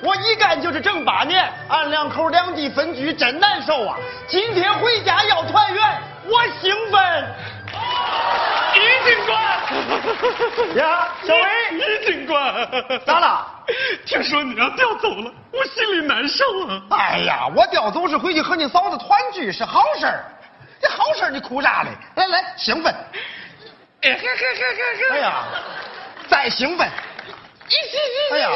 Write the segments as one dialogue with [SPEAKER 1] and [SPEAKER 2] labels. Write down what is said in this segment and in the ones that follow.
[SPEAKER 1] 我一干就是正把念，按两口两地分居真难受啊！今天回家要团圆，我兴奋。
[SPEAKER 2] 于警官，
[SPEAKER 1] 呀，小梅，
[SPEAKER 2] 于警官，
[SPEAKER 1] 咋了？
[SPEAKER 2] 听说你要调走了，我心里难受啊！
[SPEAKER 1] 哎呀，我调走是回去和你嫂子团聚是好事儿，这好事儿你哭啥嘞？来来，兴奋！
[SPEAKER 2] 哎嘿嘿嘿嘿嘿！
[SPEAKER 1] 哎呀，再兴奋！哎呀，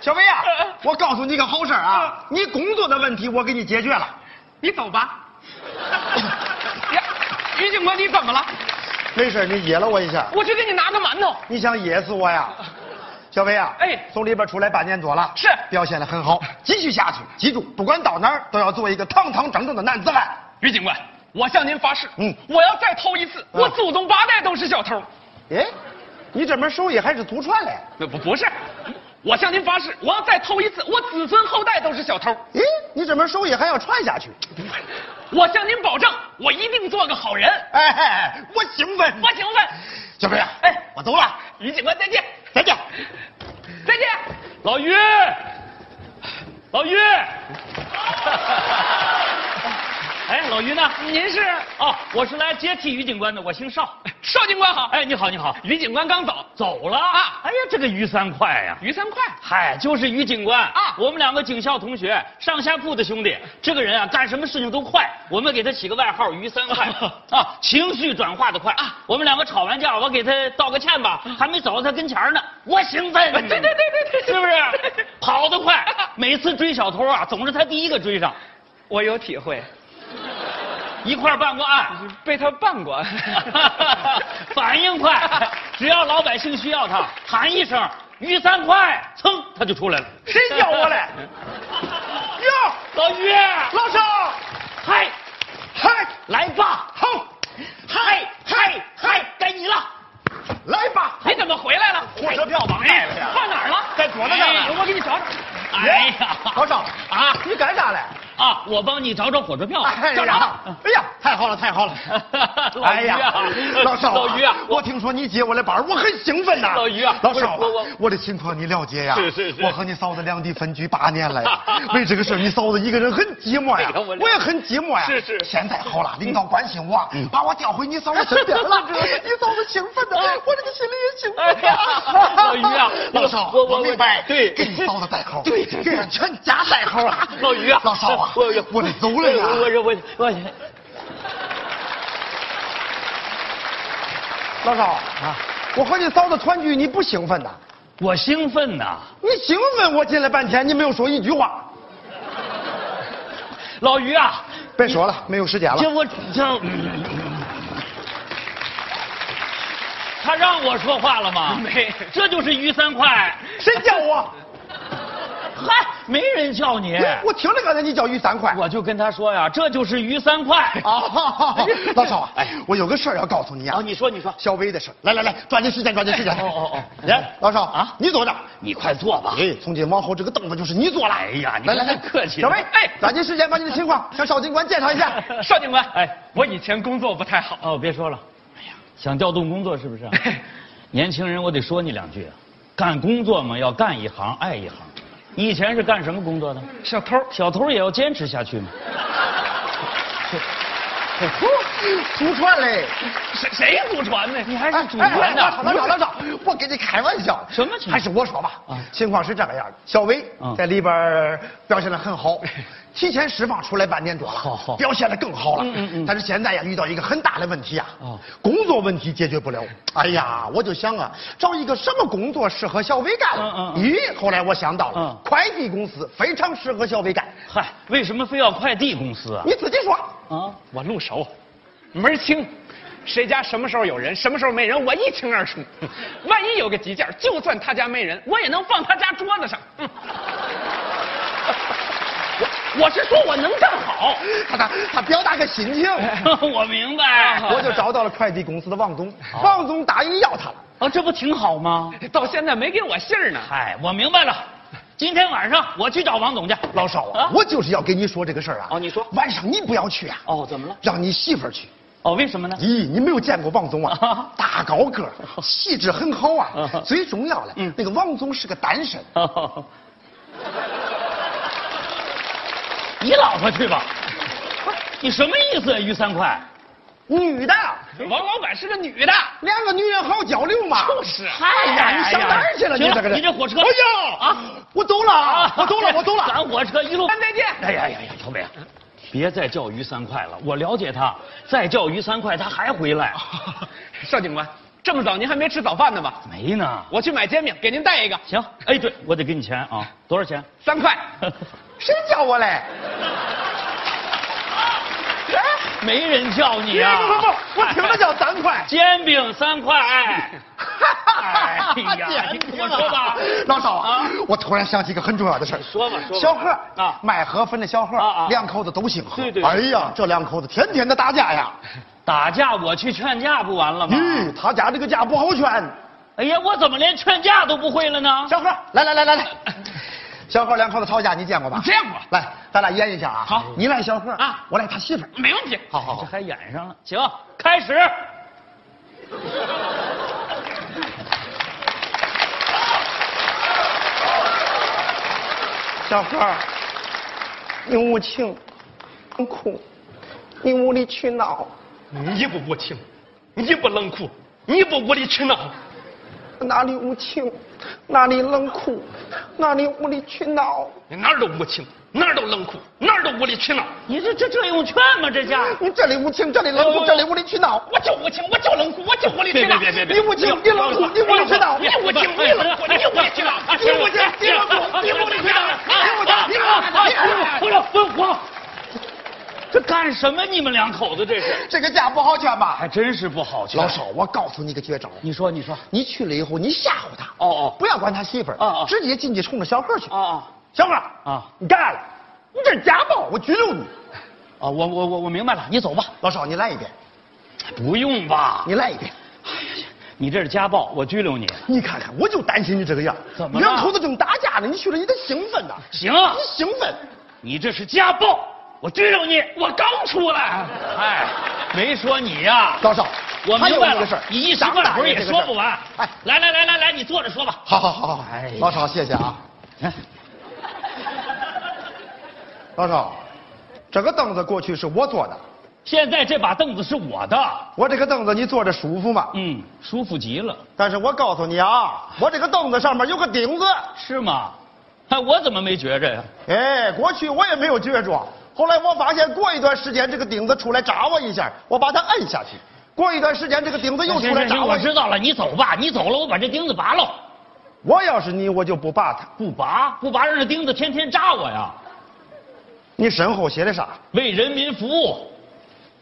[SPEAKER 1] 小梅呀、我告诉你个好事儿啊，你工作的问题我给你解决了。
[SPEAKER 2] 你走吧。哎呀，于警官，你怎么了？
[SPEAKER 1] 没事儿，你噎了我一下，
[SPEAKER 2] 我去给你拿个馒头。
[SPEAKER 1] 你想噎死我呀？小梅呀、
[SPEAKER 2] 哎
[SPEAKER 1] 从里边出来半年多了，
[SPEAKER 2] 是
[SPEAKER 1] 表现的很好，继续下去。记住，不管到哪儿都要做一个堂堂正正的男子汉。
[SPEAKER 2] 于警官，我向您发誓，
[SPEAKER 1] 嗯
[SPEAKER 2] 我要再偷一次，
[SPEAKER 1] 嗯
[SPEAKER 2] 我祖宗八代都是小偷。
[SPEAKER 1] 哎，你这门手艺还是祖传嘞？
[SPEAKER 2] 不不不是，我向您发誓，我要再偷一次，我子孙后代都是小偷。
[SPEAKER 1] 咦，你这门手艺还要传下去？
[SPEAKER 2] 我向您保证，我一定做个好人。
[SPEAKER 1] 哎，我兴奋，
[SPEAKER 2] 我兴奋。
[SPEAKER 1] 小梅呀、
[SPEAKER 2] 哎
[SPEAKER 1] 我走了，
[SPEAKER 2] 于警官，再见，
[SPEAKER 1] 再见。
[SPEAKER 2] 再见。哎老于，老于。哎，老于呢？您是？哦，我是来接替于警官的，我姓邵。邵警官好。哎，你好，你好。于警官刚走，走了啊。哎呀，这个于三块呀、于三块。嗨，就是于警官啊，我们两个警校同学，上下铺的兄弟。这个人啊，干什么事情都快，我们给他起个外号“于三 块”啊，情绪转化的快啊。我们两个吵完架，我给他道个歉吧，还没走到他跟前儿呢，我兴奋。对对对对对，是不 是？跑得快，每次追小偷啊，总是他第一个追上。
[SPEAKER 3] 我有体会，
[SPEAKER 2] 一块儿办过案，
[SPEAKER 3] 被他绊过。
[SPEAKER 2] 反应快，只要老百姓需要他，喊一声“于三块”，噌，他就出来了。
[SPEAKER 1] 谁叫我 嘞？哟，
[SPEAKER 2] 老于，
[SPEAKER 1] 老邵，
[SPEAKER 2] 嗨，
[SPEAKER 1] 嗨，
[SPEAKER 2] 来吧，
[SPEAKER 1] 好，
[SPEAKER 2] 嗨嗨嗨，该你了。
[SPEAKER 1] 来吧，
[SPEAKER 2] 你怎么回来了？
[SPEAKER 1] 火车票往卖了呀
[SPEAKER 2] 放哎哪儿了？
[SPEAKER 1] 在桌子上呢
[SPEAKER 2] 哎我给你找找。哎呀，
[SPEAKER 1] 老邵
[SPEAKER 2] 啊
[SPEAKER 1] 你干啥嘞？
[SPEAKER 2] 啊，我帮你找找火车票
[SPEAKER 1] 哎，
[SPEAKER 2] 找
[SPEAKER 1] 呀
[SPEAKER 2] 找。，
[SPEAKER 1] 哎呀，太好了，太好了！ 哎
[SPEAKER 2] 老于啊，
[SPEAKER 1] 老邵，
[SPEAKER 2] 老于啊，
[SPEAKER 1] 我听说你接我的班儿，我很兴奋呐。
[SPEAKER 2] 老于啊
[SPEAKER 1] 老邵啊
[SPEAKER 2] 我我，
[SPEAKER 1] 我的情况你了解呀？
[SPEAKER 2] 是是是
[SPEAKER 1] 我和你嫂子两地分居八年 了呀，为这个事儿，你嫂子一个人很寂寞呀
[SPEAKER 2] 哎呀我，了
[SPEAKER 1] 我也很寂寞呀。
[SPEAKER 2] 是嗯是
[SPEAKER 1] 现在好了，领导关心我，把我调回你嫂子身边 了。你嫂子兴奋的，我这个心里也兴奋呀
[SPEAKER 2] 哎呀。老于啊
[SPEAKER 1] 老邵，
[SPEAKER 2] 我我我
[SPEAKER 1] 明白，
[SPEAKER 2] 对
[SPEAKER 1] 给你嫂子带口，
[SPEAKER 2] 对
[SPEAKER 1] 给人全家带口啊。
[SPEAKER 2] 老于啊，
[SPEAKER 1] 老邵啊，
[SPEAKER 2] 我我
[SPEAKER 1] 我得走了呀。
[SPEAKER 2] 我我我我
[SPEAKER 1] 老邵啊，我和你嫂子团聚，你不兴奋呐？
[SPEAKER 2] 我兴奋呐！
[SPEAKER 1] 你兴奋，我进来半天，你没有说一句话。
[SPEAKER 2] 老于啊，
[SPEAKER 1] 别说了，没有时间
[SPEAKER 2] 这
[SPEAKER 1] 了。
[SPEAKER 2] 我这，他让我说话了 吗？没，这就是于三块。
[SPEAKER 1] 谁叫我？
[SPEAKER 2] 嗨，没人叫你，
[SPEAKER 1] 我听着刚才你叫于三块。
[SPEAKER 2] 哎我就跟他说呀，这就是于三块。
[SPEAKER 1] 啊，哈哈 哈老邵啊，
[SPEAKER 2] 哎哦
[SPEAKER 1] 我有个事儿要告诉你啊。
[SPEAKER 2] 你说你说，
[SPEAKER 1] 小薇的事儿，来来来，抓紧时间，抓紧时间。
[SPEAKER 2] 哎哦哦哦
[SPEAKER 1] 来，老邵
[SPEAKER 2] 啊
[SPEAKER 1] 你坐这儿。
[SPEAKER 2] 你快坐吧。
[SPEAKER 1] 哎，从今往后这个凳子就是你坐了。
[SPEAKER 2] 哎呀你
[SPEAKER 1] 来来来，
[SPEAKER 2] 太客气了
[SPEAKER 1] 小薇，
[SPEAKER 2] 哎
[SPEAKER 1] 抓紧时间把你的情况向邵警官介绍一 下。
[SPEAKER 3] 邵警官，哎，我以前工作不太好，
[SPEAKER 2] 哦，别说了，哎呀，想调动工作是不是？年轻人，我得说你两句啊，干工作嘛，要干一行爱一行。你以前是干什么工作的？
[SPEAKER 3] 小偷。
[SPEAKER 2] 小偷也要坚持下去嘛。哎
[SPEAKER 1] 祖传嘞，
[SPEAKER 3] 谁谁祖传呢？你还
[SPEAKER 1] 哎，
[SPEAKER 3] 是祖
[SPEAKER 1] 哎
[SPEAKER 3] 传的。
[SPEAKER 1] 老邵，老邵，我跟你开玩笑。
[SPEAKER 2] 什么情况
[SPEAKER 1] 还是我说吧。
[SPEAKER 2] 啊
[SPEAKER 1] 情况是这个样的，小薇
[SPEAKER 2] 嗯
[SPEAKER 1] 在里边儿表现的很好，提前释放出来半年多了，
[SPEAKER 2] 好好
[SPEAKER 1] 表现的更好了。
[SPEAKER 2] 嗯嗯嗯
[SPEAKER 1] 但是现在呀，遇到一个很大的问题呀
[SPEAKER 2] 哦，
[SPEAKER 1] 工作问题解决不了。哎呀，我就想啊，找一个什么工作适合小薇干？
[SPEAKER 2] 嗯嗯嗯
[SPEAKER 1] 咦，后来我想到了
[SPEAKER 2] 嗯，
[SPEAKER 1] 会计公司非常适合小薇干。
[SPEAKER 2] 嗨，为什么非要快递公司啊？
[SPEAKER 1] 你自己说，
[SPEAKER 2] 啊，
[SPEAKER 3] 我路熟，门儿清，谁家什么时候有人，什么时候没人，我一清二楚。万一有个急件儿，就算他家没人，我也能放他家桌子上。嗯我我是说我能干好。
[SPEAKER 1] 他他他表达个心情。
[SPEAKER 2] 我明白。
[SPEAKER 1] 我就找到了快递公司的王总，王总答应要他了。
[SPEAKER 2] 啊，这不挺好吗？
[SPEAKER 3] 到现在没给我信儿呢。
[SPEAKER 2] 嗨，我明白了。今天晚上我去找王总去。
[SPEAKER 1] 老邵啊，
[SPEAKER 2] 啊
[SPEAKER 1] 我就是要跟你说这个事儿啊。
[SPEAKER 2] 哦你说
[SPEAKER 1] 晚上你不要去啊，
[SPEAKER 2] 哦，怎么了？
[SPEAKER 1] 让你媳妇儿去。
[SPEAKER 2] 哦，为什么呢？
[SPEAKER 1] 咦，你没有见过王总啊
[SPEAKER 2] 啊？
[SPEAKER 1] 大高个儿，气质很好啊
[SPEAKER 2] 啊。
[SPEAKER 1] 最重要的，那个王总是个单身。
[SPEAKER 2] 哦
[SPEAKER 3] 你老婆去吧。不是你什么意思啊？于三块，
[SPEAKER 1] 女的，
[SPEAKER 2] 王老板是个女的，
[SPEAKER 1] 两个女人好交流嘛。
[SPEAKER 2] 就是啊。
[SPEAKER 1] 哎呀，你上哪儿去了？
[SPEAKER 3] 行
[SPEAKER 1] 你这个人，
[SPEAKER 3] 你这火车，
[SPEAKER 1] 哎呦
[SPEAKER 3] 啊！
[SPEAKER 1] 我走了啊！我走 了，我走了。
[SPEAKER 3] 赶火车一路。
[SPEAKER 2] 咱再见
[SPEAKER 3] 哎呀呀呀，小美啊，别再叫于三块了，我了解他，再叫于三块他还回来，
[SPEAKER 2] 邵警官，这么早您还没吃早饭呢吧？
[SPEAKER 3] 没呢。
[SPEAKER 2] 我去买煎饼，给您带一个，
[SPEAKER 3] 行，哎，对，我得给你钱啊，多少钱？
[SPEAKER 2] 三块。
[SPEAKER 1] 谁叫我来？
[SPEAKER 3] 没人叫你啊！
[SPEAKER 1] 不不不，哎我听着叫三块。
[SPEAKER 3] 煎饼三块。哎 哎呀，你听我说吧，
[SPEAKER 1] 老赵啊，我突然想起一个很重要的事儿。
[SPEAKER 3] 说吧说吧
[SPEAKER 1] 小贺
[SPEAKER 3] 啊
[SPEAKER 1] 卖河粉的小贺
[SPEAKER 3] 啊啊，
[SPEAKER 1] 两口子都姓贺。
[SPEAKER 3] 对对对
[SPEAKER 1] 哎呀，这两口子天天的打架呀。
[SPEAKER 3] 打架我去劝架不完了吗？
[SPEAKER 1] 咦，他家这个架不好劝。
[SPEAKER 3] 哎呀，我怎么连劝架都不会了呢？
[SPEAKER 1] 小贺，来来来来来，小贺两口子吵架你见过吧？
[SPEAKER 2] 见过
[SPEAKER 1] 来，咱俩演一下啊。
[SPEAKER 3] 好
[SPEAKER 1] 你来小贺
[SPEAKER 3] 啊
[SPEAKER 1] 我来他媳妇儿。
[SPEAKER 2] 没问题。
[SPEAKER 1] 好好
[SPEAKER 3] 这
[SPEAKER 1] 好，
[SPEAKER 3] 还演上了，行，开始。
[SPEAKER 1] 小贺，
[SPEAKER 4] 你无情，很苦，你无理取闹，
[SPEAKER 2] 你不无情，你不冷酷，你不无理取闹。
[SPEAKER 4] 哪里无情，哪里冷酷，哪里无理取闹，
[SPEAKER 2] 你哪儿都无情，哪儿都冷酷，哪儿都无理取闹。
[SPEAKER 3] 你这这这用劝吗？这架。
[SPEAKER 1] 你这里无情，这里冷
[SPEAKER 3] 哦
[SPEAKER 1] 酷，这里无理取闹。
[SPEAKER 2] 我就无情，我就冷酷，我就无理取闹。
[SPEAKER 3] 别别别别
[SPEAKER 1] 你无情，你冷酷，你无理取闹。
[SPEAKER 2] 你无情，你 冷酷，你无理取闹。
[SPEAKER 1] 你无情，你冷酷，你无理取闹。你无情，你冷酷，你无理取
[SPEAKER 3] 不
[SPEAKER 1] 闹。
[SPEAKER 3] 是，不是我，这干什么？你们两口子这是？
[SPEAKER 1] 这个架不好劝吧？
[SPEAKER 3] 还真是不好劝。
[SPEAKER 1] 老少，我告诉你个绝招，
[SPEAKER 3] 你说，你说，
[SPEAKER 1] 你去了以后，你吓唬他。
[SPEAKER 3] 哦哦
[SPEAKER 1] 不要管他媳妇儿。
[SPEAKER 3] 哦哦
[SPEAKER 1] 直接进去冲着小贺去。
[SPEAKER 3] 啊啊
[SPEAKER 1] 小贺
[SPEAKER 3] 啊
[SPEAKER 1] 你干了，你这是家暴，我拘留你。
[SPEAKER 3] 啊！我我我我明白了，你走吧。
[SPEAKER 1] 老少，你来一遍，
[SPEAKER 3] 不用吧？
[SPEAKER 1] 你来一遍。
[SPEAKER 3] 你这是家暴，我拘留你。
[SPEAKER 1] 你看看，我就担心你这个样。
[SPEAKER 3] 怎么了啊
[SPEAKER 1] 两口子正打架呢，你去了，你得兴奋呐、
[SPEAKER 3] 行，
[SPEAKER 1] 你兴奋。
[SPEAKER 3] 你这是家暴，我拘留你。我刚出来。哎，没说你呀、
[SPEAKER 1] 老少，
[SPEAKER 3] 我
[SPEAKER 1] 还
[SPEAKER 3] 明
[SPEAKER 1] 有
[SPEAKER 3] 白
[SPEAKER 1] 这个
[SPEAKER 3] 了
[SPEAKER 1] 事儿，，
[SPEAKER 3] 你一时半会儿也说不完。
[SPEAKER 1] 哎
[SPEAKER 3] 哎，，来来来来来，你坐着说吧。
[SPEAKER 1] 好好好好
[SPEAKER 3] 哎，呀
[SPEAKER 1] 老少谢谢啊。
[SPEAKER 3] 哎，
[SPEAKER 1] 老少，这个凳子过去是我坐的，
[SPEAKER 3] 现在这把凳子是我的。
[SPEAKER 1] 我这个凳子你坐着舒服吗？
[SPEAKER 3] 嗯，舒服极了，
[SPEAKER 1] 但是我告诉你啊，我这个凳子上面有个顶子，
[SPEAKER 3] 是吗？哎，我怎么没觉着呀？
[SPEAKER 1] 哎，过去我也没有觉着，后来我发现过一段时间这个顶子出来扎我一下，我把它摁下去。过一段时间这个顶子又出来
[SPEAKER 3] 行行
[SPEAKER 1] 扎
[SPEAKER 3] 行
[SPEAKER 1] 我
[SPEAKER 3] 我
[SPEAKER 1] 一下，
[SPEAKER 3] 知道了，你走吧，你走了，我把这钉子拔喽。
[SPEAKER 1] 我要是你我就不扒它。
[SPEAKER 3] 不拔，不拔，让这钉子天天扎我呀！
[SPEAKER 1] 你身后写的啥？
[SPEAKER 3] 为人民服务，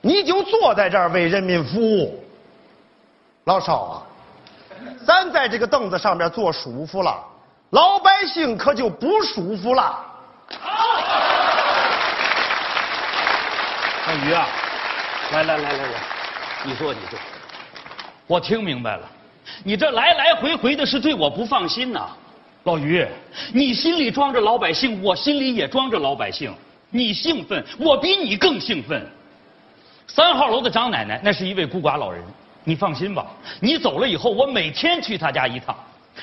[SPEAKER 1] 你已经坐在这儿为人民服务。老少啊，咱在这个凳子上面坐舒服了，老百姓可就不舒服了。
[SPEAKER 3] 小鱼啊，来来来来来，你坐你坐，我听明白了，你这来来回回的是对我不放心呐、老于，你心里装着老百姓，我心里也装着老百姓，你兴奋，我比你更兴奋。三号楼的张奶奶，那是一位孤寡老人，你放心吧，你走了以后，我每天去她家一趟。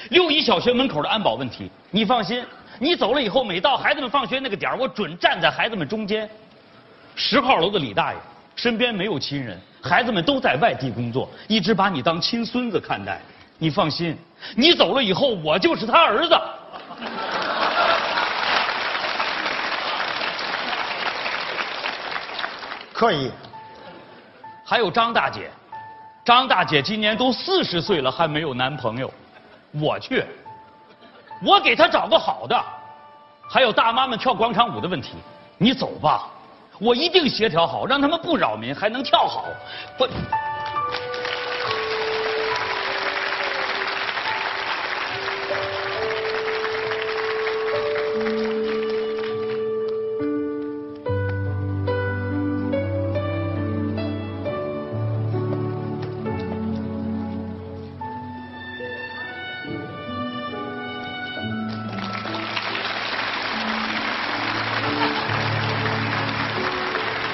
[SPEAKER 3] 六一小学门口的安保问题，你放心，你走了以后，每到孩子们放学那个点儿，我准站在孩子们中间。十号楼的李大爷身边没有亲人，孩子们都在外地工作，一直把你当亲孙子看待。你放心，你走了以后，我就是他儿子。
[SPEAKER 1] 可以，
[SPEAKER 3] 还有张大姐，张大姐今年都四十岁了，还没有男朋友。我去，我给她找个好的。还有大妈们跳广场舞的问题，你走吧，我一定协调好，让他们不扰民，还能跳好。不，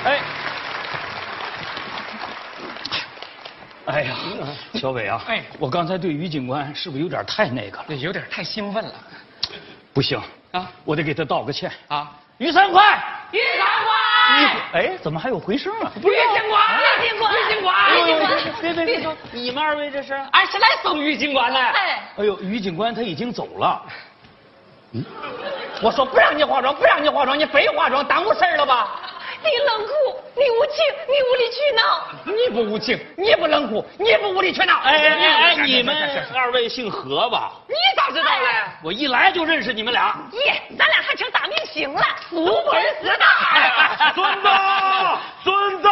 [SPEAKER 3] 哎，哎呀，小伟啊，
[SPEAKER 2] 哎
[SPEAKER 3] 我刚才对于警官是不是有点太那个了？
[SPEAKER 2] 有点太兴奋了
[SPEAKER 3] 不行
[SPEAKER 2] 啊
[SPEAKER 3] 我得给他道个歉
[SPEAKER 2] 啊！
[SPEAKER 3] 于三快，
[SPEAKER 5] 于三快，
[SPEAKER 3] 哎，怎么还有回声啊？哎
[SPEAKER 5] 不是玉警官，玉警官，玉警官，玉警官，
[SPEAKER 3] 别别别说，你们二位这是？
[SPEAKER 5] 俺是来送玉警官来。
[SPEAKER 3] 哎，哎呦，于警官他已经走了。我说不让你化妆，不让你化妆，你非化妆，耽误事儿了吧？
[SPEAKER 5] 你冷酷，你无情，你无理
[SPEAKER 3] 你
[SPEAKER 5] 取闹。
[SPEAKER 3] 不无情，你不冷酷，你不无理取闹。哎哎哎，你们二位姓何吧？
[SPEAKER 5] 你咋知道嘞？
[SPEAKER 3] 我一来就认识你们俩。
[SPEAKER 5] 咦，咱俩还成大明星了，祖本四
[SPEAKER 3] 哎
[SPEAKER 5] 大。
[SPEAKER 3] 孙 子，
[SPEAKER 1] 孙子，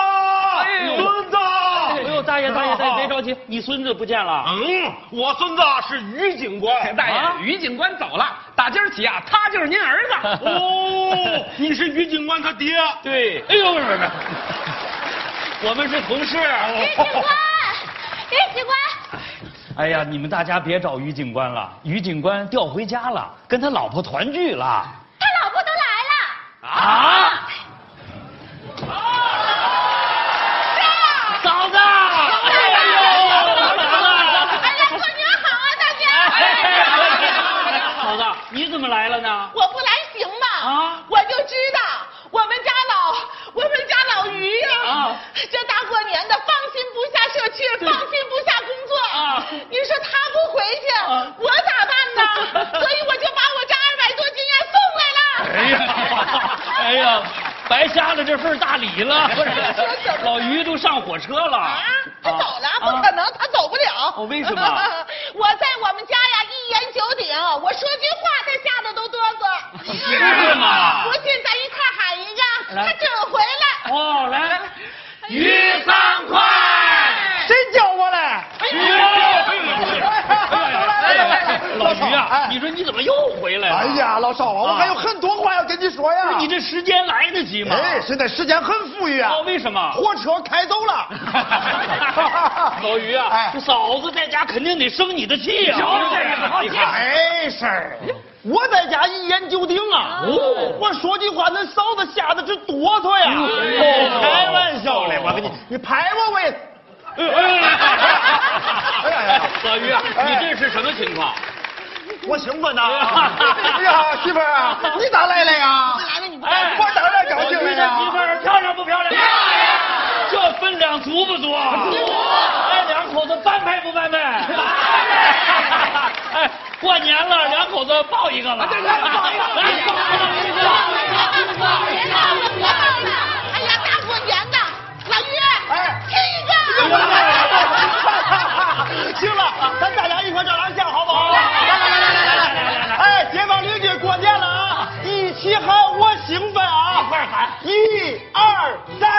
[SPEAKER 1] 孙子，
[SPEAKER 3] 哎呦，大爷大爷大爷，别着急，你孙子不见了。
[SPEAKER 1] 嗯，我孙子是于警官。
[SPEAKER 2] 大
[SPEAKER 3] 啊
[SPEAKER 2] 爷，于警官走了，打今儿起啊，他就是您儿 子。
[SPEAKER 1] 哦，你是于警官他爹。
[SPEAKER 3] 对，哎呦，不是不是，我们是同事。
[SPEAKER 5] 于警官，于警官，
[SPEAKER 3] 哎呀，你们大家别找于警官了，于警官调回家了，跟他老婆团聚了。
[SPEAKER 5] 他老婆都来了。
[SPEAKER 3] 啊！嫂子，哎
[SPEAKER 5] 哎呀，过年好啊，大家！哎
[SPEAKER 3] 呦，嫂子，你怎么来了呢？
[SPEAKER 5] 我不来行吗？
[SPEAKER 3] 啊
[SPEAKER 5] 我就知道我们家老我们家老于呀、
[SPEAKER 3] 啊
[SPEAKER 5] 这大过年的放心不下社区，放心不下工作
[SPEAKER 3] 啊
[SPEAKER 5] 你说他不回去，
[SPEAKER 3] 啊
[SPEAKER 5] 我咋办 呢？所以我就把我这二百多斤呀送来了。
[SPEAKER 3] 哎呀，哎呀，白瞎了这份大礼了，不是？老于都上火车了。
[SPEAKER 5] 啊，他走了，不可能，他走不了。
[SPEAKER 3] 哦为什么？
[SPEAKER 5] 我在我们家呀，一言九鼎，我说句话，他吓得都哆嗦。
[SPEAKER 3] 是吗
[SPEAKER 5] 不信咱一块儿喊一个，
[SPEAKER 3] 来
[SPEAKER 5] 他准回来。
[SPEAKER 3] 哦，来，于三快，
[SPEAKER 4] 谁叫我来？
[SPEAKER 3] 于老于啊，你说你怎么又回来了？
[SPEAKER 1] 哎，呀，老少啊，我
[SPEAKER 3] 啊
[SPEAKER 1] 还有很多话要跟你说呀。
[SPEAKER 3] 你这时间来得及吗？
[SPEAKER 2] 啊
[SPEAKER 1] 哎，现在时间很富裕啊
[SPEAKER 3] 哦，，为什么？。
[SPEAKER 1] 火车开走了
[SPEAKER 3] 老于啊，
[SPEAKER 1] 哎
[SPEAKER 3] 这嫂子在家肯定得生你的气啊！你
[SPEAKER 1] 没
[SPEAKER 3] 看，
[SPEAKER 1] 哎事儿，我在家一言九鼎啊。
[SPEAKER 3] 哦
[SPEAKER 1] 我说句话，那嫂子吓得直哆嗦呀。哎
[SPEAKER 3] 嗯
[SPEAKER 1] 开玩笑嘞，我跟你，你拍我我也。哎呀呀呀
[SPEAKER 3] 老于啊，
[SPEAKER 1] 哎
[SPEAKER 3] 你这是什么情况？
[SPEAKER 1] 我兴奋呐！哎呀，媳妇儿啊，你咋来了呀？
[SPEAKER 3] 哎
[SPEAKER 1] 我当然高
[SPEAKER 3] 老于
[SPEAKER 1] 兴了
[SPEAKER 3] 这媳妇
[SPEAKER 1] 呀。
[SPEAKER 3] 儿漂亮不漂亮？漂亮！这分量足不足？啊？哎，两口子般配不般配？哎，过年了，两口子抱一个吧。
[SPEAKER 2] 对对抱一个
[SPEAKER 3] 来抱一个
[SPEAKER 5] 别闹了，别闹了！哎呀，大过年的，老于，
[SPEAKER 1] 哎
[SPEAKER 5] 亲一个。
[SPEAKER 1] 行了，咱大家一块照张相，好不好？来来来来来来来来！哎，街坊邻居过年了啊，一起喊我兴奋啊！一块喊，一二三。